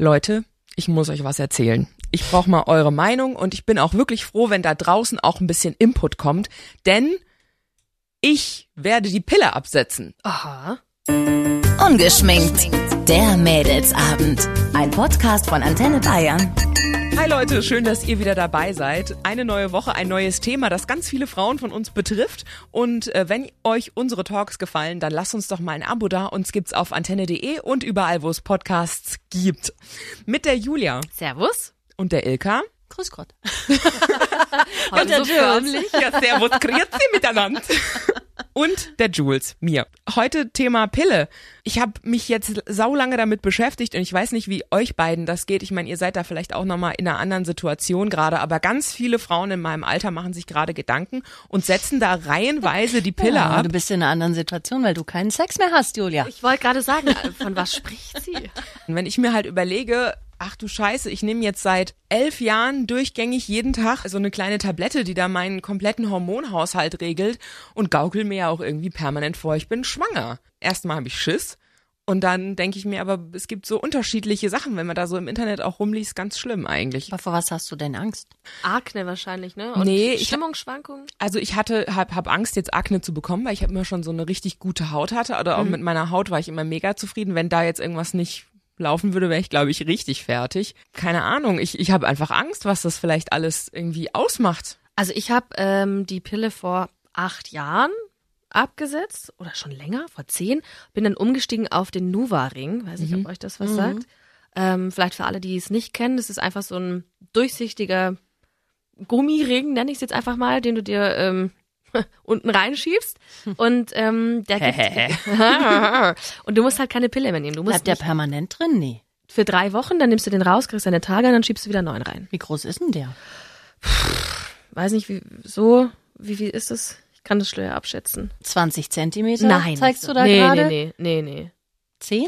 Leute, ich muss euch was erzählen. Ich brauche mal eure Meinung und ich bin auch wirklich froh, wenn da draußen auch ein bisschen Input kommt, denn ich werde die Pille absetzen. Aha. Ungeschminkt. Der Mädelsabend. Ein Podcast von Antenne Bayern. Hi Leute, schön, dass ihr wieder dabei seid. Eine neue Woche, ein neues Thema, das ganz viele Frauen von uns betrifft. Und äh, wenn euch unsere Talks gefallen, dann lasst uns doch mal ein Abo da. Uns gibt's auf antenne.de und überall, wo es Podcasts gibt. Mit der Julia Servus. und der Ilka. Grüß Gott. Und der so förmlich. Ja, servus, grüezi miteinander. Und der Jules, mir. Heute Thema Pille. Ich habe mich jetzt saulange damit beschäftigt und ich weiß nicht, wie euch beiden das geht. Ich meine, ihr seid da vielleicht auch nochmal in einer anderen Situation gerade, aber ganz viele Frauen in meinem Alter machen sich gerade Gedanken und setzen da reihenweise die Pille Ja, ab. du bist in einer anderen Situation, weil du keinen Sex mehr hast, Julia. Ich wollte gerade sagen, äh, von was spricht sie? Und wenn ich mir halt überlege, ach du Scheiße, ich nehme jetzt seit elf Jahren durchgängig jeden Tag so eine kleine Tablette, die da meinen kompletten Hormonhaushalt regelt und gaukel mir ja auch irgendwie permanent vor, ich bin schwanger. Erstmal habe ich Schiss. Und dann denke ich mir aber, es gibt so unterschiedliche Sachen, wenn man da so im Internet auch rumliest, ganz schlimm eigentlich. Aber vor was hast du denn Angst? Akne wahrscheinlich, ne? Und Nee, ich- Stimmungsschwankungen. Also ich hatte, hab, hab Angst, jetzt Akne zu bekommen, weil ich immer schon so eine richtig gute Haut hatte. Oder auch mit meiner Haut war ich immer mega zufrieden. Wenn da jetzt irgendwas nicht laufen würde, wäre ich, glaube ich, richtig fertig. Keine Ahnung. Ich, ich habe einfach Angst, was das vielleicht alles irgendwie ausmacht. Also ich habe ähm, die Pille vor acht Jahren abgesetzt oder schon länger, vor zehn. Bin dann umgestiegen auf den Nuva-Ring. Weiß nicht, ob euch das was sagt. Ähm, vielleicht für alle, die es nicht kennen, das ist einfach so ein durchsichtiger Gummiring, nenne ich es jetzt einfach mal, den du dir ähm, unten reinschiebst. Und ähm, der gibt Und du musst halt keine Pille mehr nehmen. Du musst Bleibt der nicht- permanent drin? Nee. für drei Wochen, dann nimmst du den raus, kriegst deine Tage und dann schiebst du wieder einen neuen rein. Wie groß ist denn der? Weiß nicht, wie so, wie viel ist es? Ich kann das schwer abschätzen. 20 Zentimeter? Nein. Zeigst du da nee, gerade? Nee, nee, nee, nee. 10?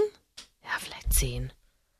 Ja, vielleicht zehn.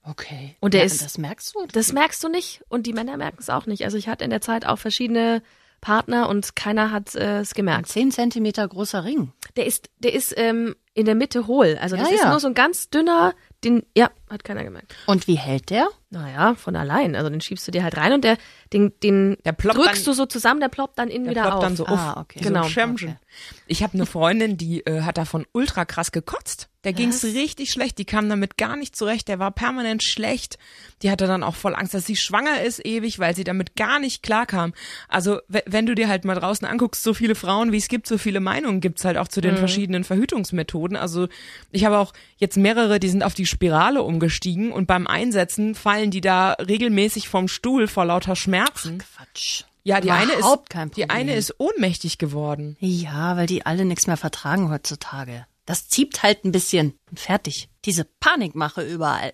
Okay. Und der ja, ist- Das merkst du? Das merkst du nicht und die Männer merken es auch nicht. Also ich hatte in der Zeit auch verschiedene Partner und keiner hat äh, es Ein gemerkt. 10 Zentimeter großer Ring. Der ist, der ist ähm, in der Mitte hohl. Also das Ja, ist ja. nur so ein ganz dünner, den, ja, hat keiner gemerkt. Und wie hält der? Naja, von allein. Also den schiebst du dir halt rein und der, den, den Der ploppt drückst dann- du so zusammen, der ploppt dann innen Der wieder ploppt auf. dann so auf. Ah, okay. wie so ein Genau. Schirmchen. Okay. Ich habe eine Freundin, die äh, hat davon ultra krass gekotzt. Der ging's richtig schlecht. Die kam damit gar nicht zurecht. Der war permanent schlecht. Die hatte dann auch voll Angst, dass sie schwanger ist ewig, weil sie damit gar nicht klarkam. Also we- wenn du dir halt mal draußen anguckst, so viele Frauen, wie es gibt, so viele Meinungen gibt's halt auch zu den verschiedenen Verhütungsmethoden. Also ich habe auch jetzt mehrere, die sind auf die Spirale umgestiegen und beim Einsetzen fallen die da regelmäßig vom Stuhl vor lauter Schmerzen. Quatsch. Ja, die eine, ist, Überhaupt kein die Problem. eine ist ohnmächtig geworden. Ja, weil die alle nichts mehr vertragen heutzutage. Das zieht halt ein bisschen. Und fertig. Diese Panikmache überall.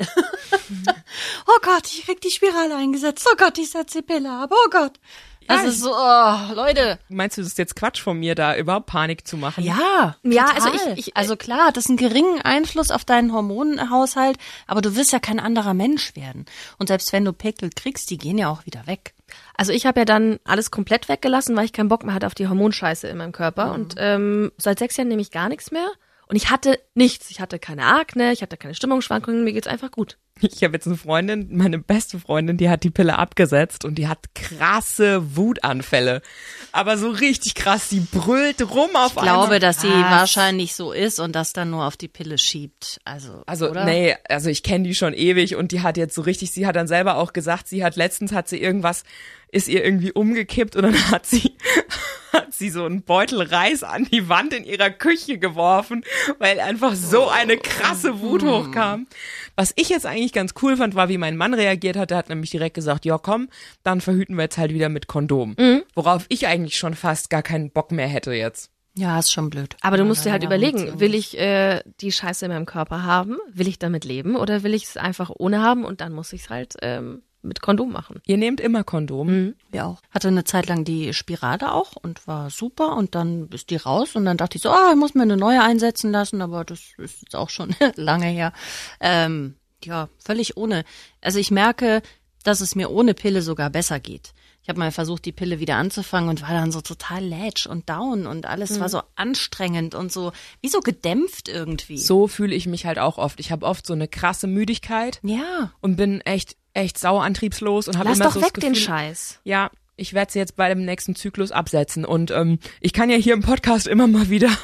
oh Gott, ich krieg die Spirale eingesetzt. Oh Gott, ich setze die Pille ab. Oh Gott. Das Ja, ist so, Ah, oh, Leute. Meinst du, das ist jetzt Quatsch von mir, da überhaupt Panik zu machen? Ja, Ja, total. also ich- ich- also klar, hat das einen geringen Einfluss auf deinen Hormonhaushalt, aber du wirst ja kein anderer Mensch werden. Und selbst wenn du Pickel kriegst, die gehen ja auch wieder weg. Also ich habe ja dann alles komplett weggelassen, weil ich keinen Bock mehr hatte auf die Hormonscheiße in meinem Körper. Und ähm, seit sechs Jahren nehme ich gar nichts mehr. Und ich hatte nichts. Ich hatte keine Akne, ich hatte keine Stimmungsschwankungen, mir geht's einfach gut. Ich habe jetzt eine Freundin, meine beste Freundin, die hat die Pille abgesetzt und die hat krasse Wutanfälle. Aber so richtig krass, sie brüllt rum auf Ich glaube, also einmal. dass sie wahrscheinlich so ist und das dann nur auf die Pille schiebt. Also, Also oder? nee, also ich kenne die schon ewig und die hat jetzt so richtig, sie hat dann selber auch gesagt, sie hat letztens hat sie irgendwas, ist ihr irgendwie umgekippt und dann hat sie, hat sie so einen Beutel Reis an die Wand in ihrer Küche geworfen, weil einfach so eine krasse Wut hochkam. Was ich jetzt eigentlich ganz cool fand, war, wie mein Mann reagiert hat. Der hat nämlich direkt gesagt, ja komm, dann verhüten wir jetzt halt wieder mit Kondom. Worauf ich eigentlich schon fast gar keinen Bock mehr hätte jetzt. Ja, ist schon blöd. Aber du musst dir Ja, halt ja, überlegen, Beziehung. will ich äh, die Scheiße in meinem Körper haben? Will ich damit leben? Oder will ich es einfach ohne haben? Und dann muss ich es halt ähm, mit Kondom machen. Ihr nehmt immer Kondom. Wir auch. Hatte eine Zeit lang die Spirale auch und war super und dann ist die raus und dann dachte ich so, ah, ich muss mir eine neue einsetzen lassen, aber das ist jetzt auch schon lange her. Ähm, ja, völlig ohne. Also ich merke, dass es mir ohne Pille sogar besser geht. Ich Ich habe mal versucht, die Pille wieder anzufangen und war dann so total lätsch und down und alles Mhm. war so anstrengend und so, wie so gedämpft irgendwie. So fühle ich mich halt auch oft. Ich habe oft so eine krasse Müdigkeit Ja. und bin echt, echt sauer antriebslos und habe Lass immer doch so weg das den Gefühl, Scheiß. Ja, ich werde sie jetzt bei dem nächsten Zyklus absetzen. Und ähm, ich kann ja hier im Podcast immer mal wieder.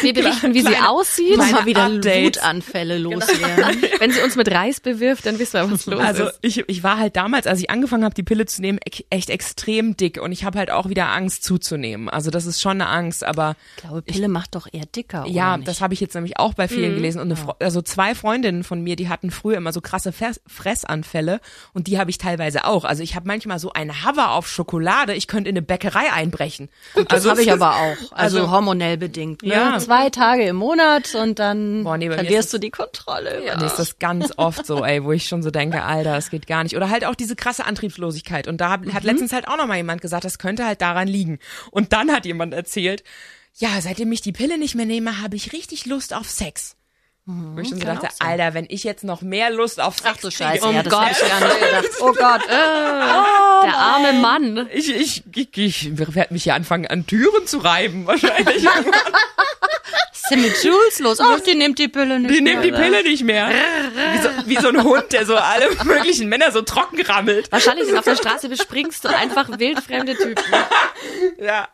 Wir berichten, wie sie Kleine- aussieht. Kleine- Mal wieder Updates. Genau. Wutanfälle loswerden. Wenn sie uns mit Reis bewirft, dann wissen wir, was los Also ist. ich, ich war halt damals, als ich angefangen habe, die Pille zu nehmen, e- echt extrem dick. Und ich habe halt auch wieder Angst zuzunehmen. Also das ist schon eine Angst, aber Ich glaube, Pille macht doch eher dicker, Ja, oder nicht? Mhm. das habe ich jetzt nämlich auch bei vielen gelesen. Und eine Fre also zwei Freundinnen von mir, die hatten früher immer so krasse Fres Fressanfälle und die habe ich teilweise auch. Also ich habe manchmal so einen Hover auf Schokolade, ich könnte in eine Bäckerei einbrechen. Gut, Das habe ich aber auch. Also, also- hormonell bedingt. Ne? Ja. Ja. Zwei Tage im Monat und dann Boah, nee, bei mir ist verlierst du das- die Kontrolle. Ja. Ist das ganz oft so, ey, wo ich schon so denke, Alter, das geht gar nicht. Oder halt auch diese krasse Antriebslosigkeit. Und da hab, hat Mhm. letztens halt auch noch mal jemand gesagt, das könnte halt daran liegen. Und dann hat jemand erzählt, ja, seitdem ich die Pille nicht mehr nehme, habe ich richtig Lust auf Sex. Wo ich schon so dachte, Alter, wenn ich jetzt noch mehr Lust auf Sex Ach du Scheiße, kriege, ja, das Oh hab ich gar nicht gedacht. Oh Gott. Der arme Mann. Ich, ich, ich, ich werde mich hier anfangen, an Türen zu reiben, wahrscheinlich. Was ist denn mit Jules los? Ach, die nimmt die Pille nicht Die nehmen die mehr, ne? oder? Pille nicht mehr. Wie so, wie so ein Hund, der so alle möglichen Männer so trocken rammelt. Wahrscheinlich sind auf der Straße bespringst du einfach wildfremde Typen. Ja.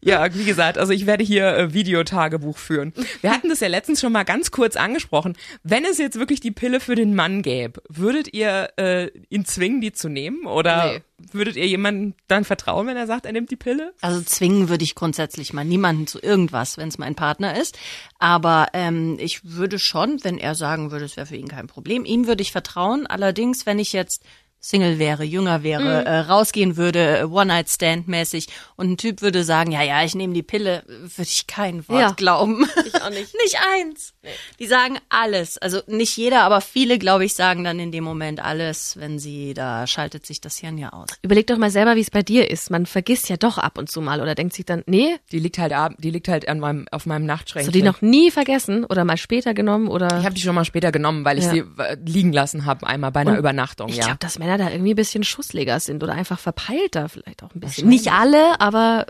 Ja, wie gesagt, also ich werde hier äh, Videotagebuch führen. Wir hatten das ja letztens schon mal ganz kurz angesprochen. Wenn es jetzt wirklich die Pille für den Mann gäbe, würdet ihr äh, ihn zwingen, die zu nehmen? Oder Nee. würdet ihr jemandem dann vertrauen, wenn er sagt, er nimmt die Pille? Also zwingen würde ich grundsätzlich mal niemanden zu irgendwas, wenn es mein Partner ist. Aber ähm, ich würde schon, wenn er sagen würde, es wäre für ihn kein Problem, ihm würde ich vertrauen. Allerdings, wenn ich jetzt Single wäre, jünger wäre, äh, rausgehen würde, äh, One-Night-Stand-mäßig und ein Typ würde sagen, ja, ja, ich nehme die Pille, würde ich kein Wort Ja. glauben. Ich auch nicht. nicht eins. Die sagen alles. Also nicht jeder, aber viele, glaube ich, sagen dann in dem Moment alles, wenn sie, da schaltet sich das Hirn ja aus. Überleg doch mal selber, wie es bei dir ist. Man vergisst ja doch ab und zu mal oder denkt sich dann, nee, Die liegt halt, ab- die liegt halt an meinem, auf meinem Nachtschränkchen. hast du die noch nie vergessen oder mal später genommen oder. Ich habe die schon mal später genommen, weil ich Ja. sie äh, liegen lassen habe, einmal bei einer Übernachtung, Ich ja. glaube, dass Männer da irgendwie ein bisschen Schussleger sind oder einfach verpeilter vielleicht auch ein bisschen. Nicht alle, aber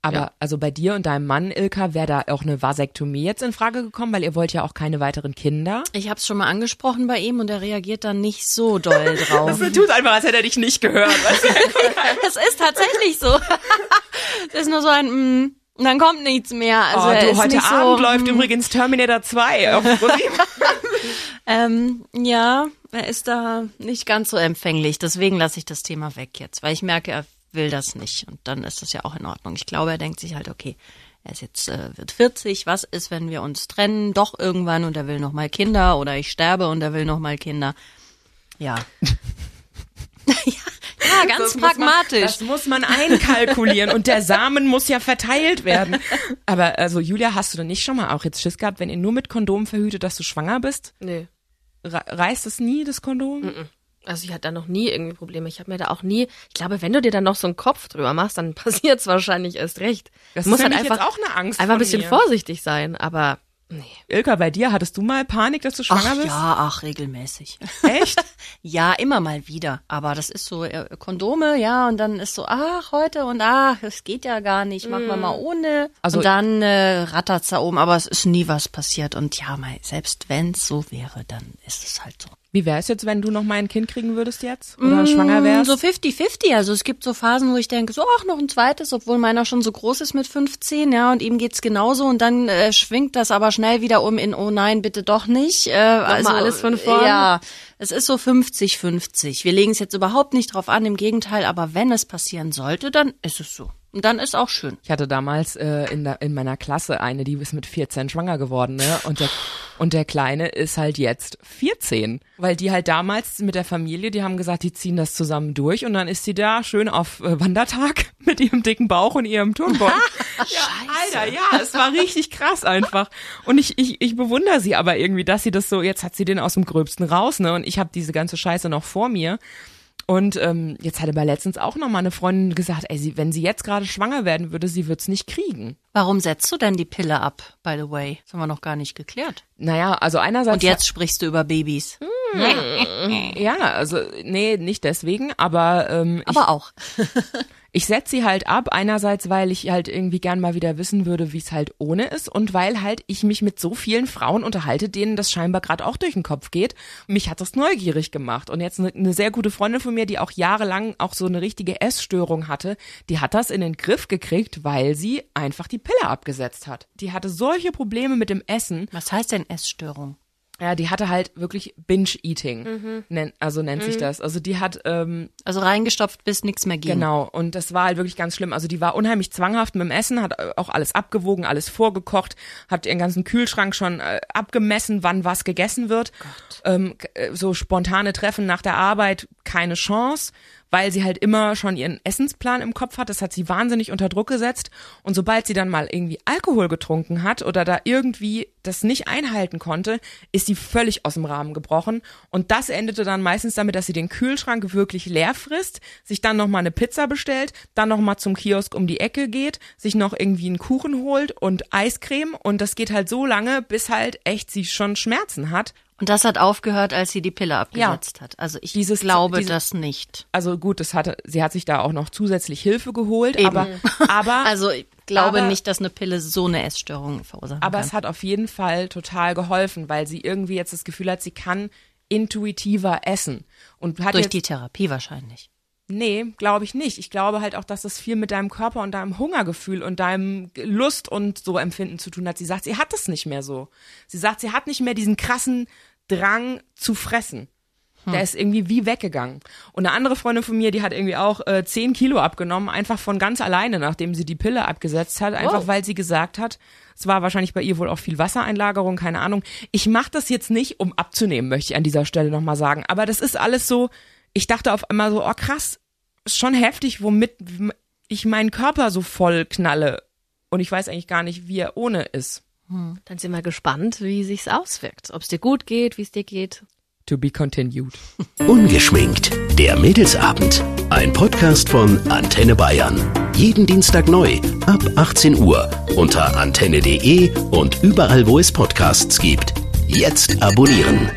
Aber also bei dir und deinem Mann, Ilka, wäre da auch eine Vasektomie jetzt in Frage gekommen, weil ihr wollt ja auch keine weiteren Kinder. Ich habe es schon mal angesprochen bei ihm und er reagiert dann nicht so doll drauf. tut einfach, als hätte er dich nicht gehört. Also das ist tatsächlich so. das ist nur so ein, mm, und dann kommt nichts mehr. Also oh, er du, ist heute nicht Abend so, läuft mm, übrigens Terminator 2 auf Pro7. Ähm, ja, er ist da nicht ganz so empfänglich. Deswegen lasse ich das Thema weg jetzt, weil ich merke, er will das nicht. Und dann ist das ja auch in Ordnung. Ich glaube, er denkt sich halt, okay, er ist jetzt äh, wird 40. Was ist, wenn wir uns trennen? Doch irgendwann und er will noch mal Kinder oder ich sterbe und er will noch mal Kinder. Ja. ja, ja, ganz pragmatisch. Das muss man einkalkulieren und der Samen muss ja verteilt werden. Aber also Julia, hast du denn nicht schon mal auch jetzt Schiss gehabt, wenn ihr nur mit Kondom verhütet, dass du schwanger bist? nee. Re reißt es nie, das Kondom? Also ich hatte da noch nie irgendwie Probleme. Ich habe mir da auch nie. Ich glaube, wenn du dir dann noch so einen Kopf drüber machst, dann passiert's wahrscheinlich erst recht. Das Du musst ist halt nämlich einfach jetzt auch eine Angst einfach von ein bisschen mir. vorsichtig sein. Aber nee. Ilka, bei dir hattest du mal Panik, dass du schwanger Ach bist? ja, ach, regelmäßig. Echt? Ja, immer mal wieder. Aber das ist so, äh, Kondome, ja, und dann ist so, ach, heute und ach, es geht ja gar nicht, machen wir mal ohne. Also- Also, und dann äh, rattert's da oben, aber es ist nie was passiert. Und ja, mal, selbst wenn's so wäre, dann ist es halt so. Wie wäre es jetzt, wenn du noch mal ein Kind kriegen würdest jetzt? Mm, Oder schwanger wärst? So 50-50. Also es gibt so Phasen, wo ich denke, so, ach, noch ein zweites, obwohl meiner schon so groß ist mit 15, ja, und ihm geht's genauso. Und dann äh, schwingt das aber schnell wieder um in, oh nein, bitte doch nicht. Äh, also, alles von vorn? Ja, es ist so 50-50. Wir legen es jetzt überhaupt nicht drauf an, im Gegenteil. Aber wenn es passieren sollte, dann ist es so. Und dann ist auch schön. Ich hatte damals äh, in, der, in meiner Klasse eine, die ist mit 14 schwanger geworden, ne? Und der, und der Kleine ist halt jetzt 14. Weil die halt damals mit der Familie, die haben gesagt, die ziehen das zusammen durch und dann ist sie da schön auf äh, Wandertag mit ihrem dicken Bauch und ihrem Turnbund. ja, Alter, ja, es war richtig krass einfach. Und ich, ich, ich bewundere sie aber irgendwie, dass sie das so, jetzt hat sie den aus dem Gröbsten raus, ne? Und ich habe diese ganze Scheiße noch vor mir. Und ähm, jetzt hatte aber letztens auch noch mal eine Freundin gesagt, ey, sie, wenn sie jetzt gerade schwanger werden würde, sie wird's nicht kriegen. Warum setzt du denn die Pille ab, by the way? Das haben wir noch gar nicht geklärt. Naja, also einerseits Und jetzt sprichst du über Babys. Ja, also nee, nicht deswegen, aber ähm, ich, Aber auch. ich setze sie halt ab. Einerseits, weil ich halt irgendwie gern mal wieder wissen würde, wie es halt ohne ist und weil halt ich mich mit so vielen Frauen unterhalte, denen das scheinbar gerade auch durch den Kopf geht. Mich hat das neugierig gemacht. Und jetzt eine eine sehr gute Freundin von mir, die auch jahrelang auch so eine richtige Essstörung hatte, die hat das in den Griff gekriegt, weil sie einfach die Pille abgesetzt hat. Die hatte solche Probleme mit dem Essen, Was heißt denn Essstörung? Ja, die hatte halt wirklich Binge-Eating, nennt, also nennt sich das. Also die hat, ähm, Also reingestopft, bis nichts mehr ging. genau, und das war halt wirklich ganz schlimm. Also die war unheimlich zwanghaft mit dem Essen, hat äh, auch alles abgewogen, alles vorgekocht, hat ihren ganzen Kühlschrank schon äh, abgemessen, wann was gegessen wird. Ähm, k- äh, so spontane Treffen nach der Arbeit, keine Chance, weil sie halt immer schon ihren Essensplan im Kopf hat. Das hat sie wahnsinnig unter Druck gesetzt. Und sobald sie dann mal irgendwie Alkohol getrunken hat oder da irgendwie das nicht einhalten konnte, ist sie völlig aus dem Rahmen gebrochen. Und das endete dann meistens damit, dass sie den Kühlschrank wirklich leer frisst, sich dann nochmal eine Pizza bestellt, dann nochmal zum Kiosk um die Ecke geht, sich noch irgendwie einen Kuchen holt und Eiscreme. Und das geht halt so lange, bis halt echt sie schon Schmerzen hat. Und das hat aufgehört, als sie die Pille abgesetzt hat. Also ich Dieses- glaube diese- das nicht. Also gut, das hatte, sie hat sich da auch noch zusätzlich Hilfe geholt, aber, aber, Also ich glaube Aber- nicht, dass eine Pille so eine Essstörung verursachen aber kann. es hat auf jeden Fall total geholfen, weil sie irgendwie jetzt das Gefühl hat, sie kann intuitiver essen und hat Durch jetzt, die Therapie wahrscheinlich. Nee, glaube ich nicht. Ich glaube halt auch, dass das viel mit deinem Körper und deinem Hungergefühl und deinem Lust und so Empfinden zu tun hat. Sie sagt, sie hat das nicht mehr so. Sie sagt, sie hat nicht mehr diesen krassen Drang zu fressen. Der ist irgendwie wie weggegangen. Und eine andere Freundin von mir, die hat irgendwie auch äh, 10 Kilo abgenommen, einfach von ganz alleine, nachdem sie die Pille abgesetzt hat, einfach weil sie gesagt hat, es war wahrscheinlich bei ihr wohl auch viel Wassereinlagerung, keine Ahnung. Ich mache das jetzt nicht, um abzunehmen, möchte ich an dieser Stelle nochmal sagen. Aber das ist alles so, ich dachte auf einmal so, oh krass, ist schon heftig, womit ich meinen Körper so voll knalle. Und ich weiß eigentlich gar nicht, wie er ohne ist. Dann sind wir gespannt, wie sich's auswirkt. Ob's dir gut geht, wie's dir geht. To be continued. Ungeschminkt. Der Mädelsabend. Ein Podcast von Antenne Bayern. Jeden Dienstag neu ab 18 Uhr unter antenne.de und überall, wo es Podcasts gibt. Jetzt abonnieren.